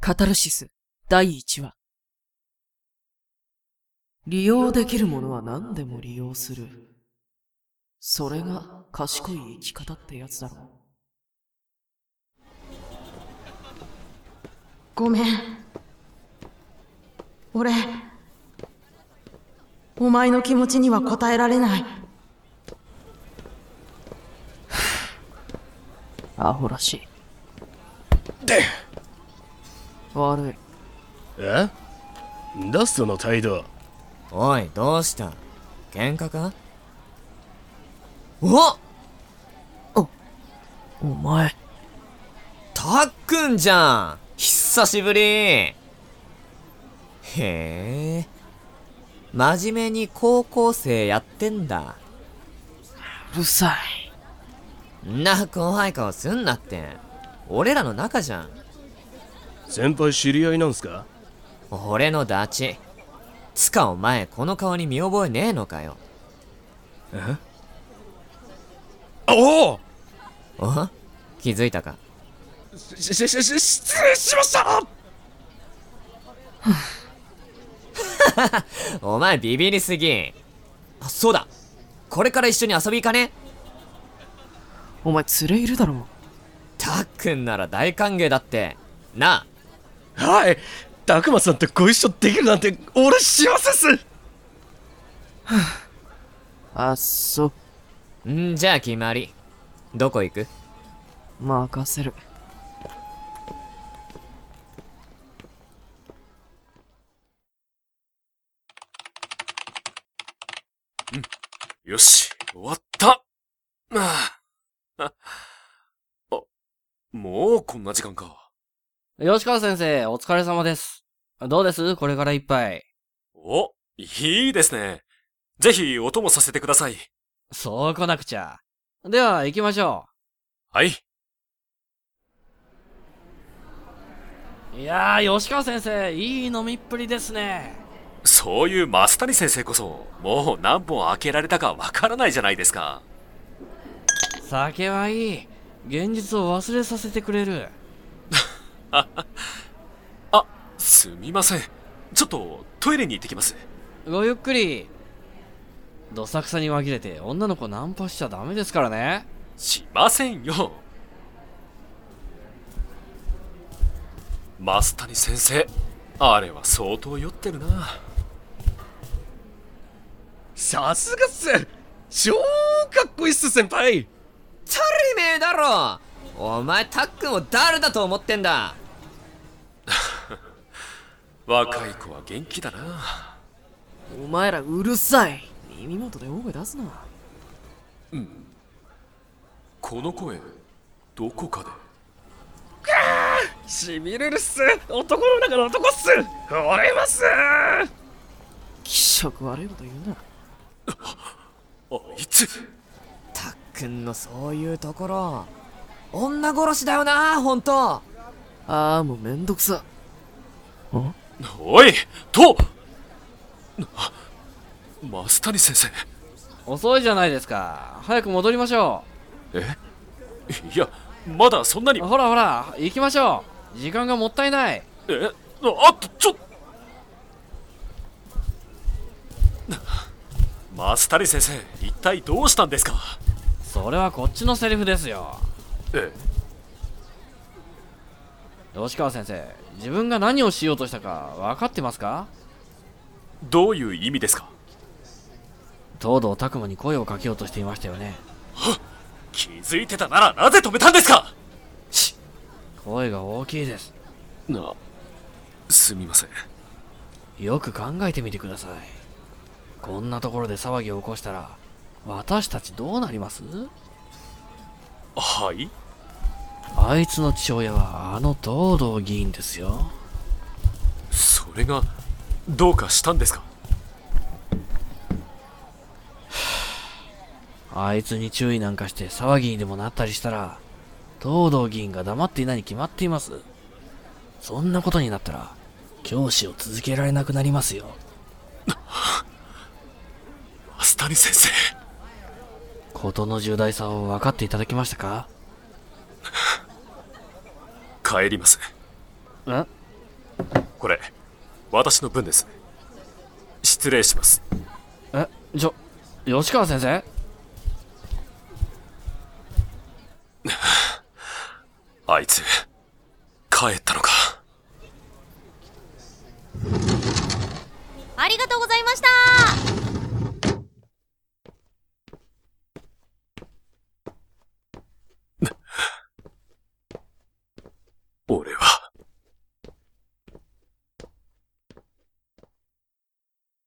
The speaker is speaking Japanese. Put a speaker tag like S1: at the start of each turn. S1: カタルシス第1話利用できるものは何でも利用するそれが賢い生き方ってやつだろ
S2: ごめん俺お前の気持ちには応えられない
S1: アホらしい悪い
S3: えダストの態度
S4: おいどうした喧嘩かお
S1: お前
S4: たっくんじゃん久しぶりへえ真面目に高校生やってんだ
S1: うるさ
S4: んな怖い顔すんなって俺らの仲じゃん
S3: 先輩知り合いなんすか
S4: 俺のダチつかお前この顔に見覚えねえのかよ
S3: おお
S4: お気づいたか
S3: しししし失礼しました
S4: お前ビビりすぎあそうだこれから一緒に遊び行かね
S1: いお前連れいるだろ
S4: たっくんなら大歓迎だってなあ
S3: はいたくまさんとご一緒できるなんて俺幸せっす
S1: あっそ
S4: んじゃあ決まりどこ行く
S1: 任せる
S5: よし、終わった。ああ、あもうこんな時間か。
S6: 吉川先生、お疲れ様です。どうですこれから一杯。
S5: お、いいですね。ぜひ、お供させてください。
S6: そう来なくちゃ。では、行きましょ
S5: はい。
S6: う。いやー、吉川先生、いい飲みっぷりですね。
S5: そういう増谷先生こそ、もう何本開けられたかわからないじゃないですか。
S6: 酒はいい。現実を忘れさせてくれる。
S5: すみません。ちょっと、トイレに行ってきます。
S6: ごゆっくり。どさくさに紛れて女の子ナンパしちゃダメですからね。
S5: しませんよ。増谷先生、あれは相当酔ってるな。
S3: さすがっす超かっこいいっす先輩
S4: たりめえだろお前たっくんを誰だと思ってんだ
S5: 若い子は元気だな。
S1: お前らうるさい耳元で大声出すな
S5: この声、どこかで。
S3: しびれるっす男の中の男っす惚れます
S1: 気色悪いこと言うな
S5: あいつ
S4: たっくんのそういうところ女殺しだよな本当
S1: ああもうめんどくさ
S5: おいとあ増谷先生
S6: 遅いじゃないですか。早く戻りましょ
S5: えいやまだそんなに
S6: う。ほらほら、行きましょう。時間がもったいない。
S5: えあとちょっ増谷先生一体どうしたんですか
S6: それはこっちのセリフですよ。
S5: え
S6: 吉川先生、自分が何をしようとしたか分かってますか
S5: どういう意味ですか
S6: 東堂拓磨に声をかけようとしていましたよね
S5: 気づいてたならなぜ止めたんですか
S6: 声が大きいです
S5: なすみません
S6: よく考えてみてくださいこんなところで騒ぎを起こしたら私たちどうなります
S5: はい
S6: あいつの父親はあの東堂議員ですよ
S5: それがどうかしたんですか
S6: あいつに注意なんかして騒ぎにでもなったりしたら東堂議員が黙っていないに決まっていますそんなことになったら教師を続けられなくなりま すよ
S5: 増谷先生
S6: 事の重大さを分かっていただきま したか
S5: 帰ります
S6: え
S5: これ、私の分です。失礼します。
S6: え、ちょ、吉川先生
S5: あいつ、帰ったのか。
S7: ありがとうございました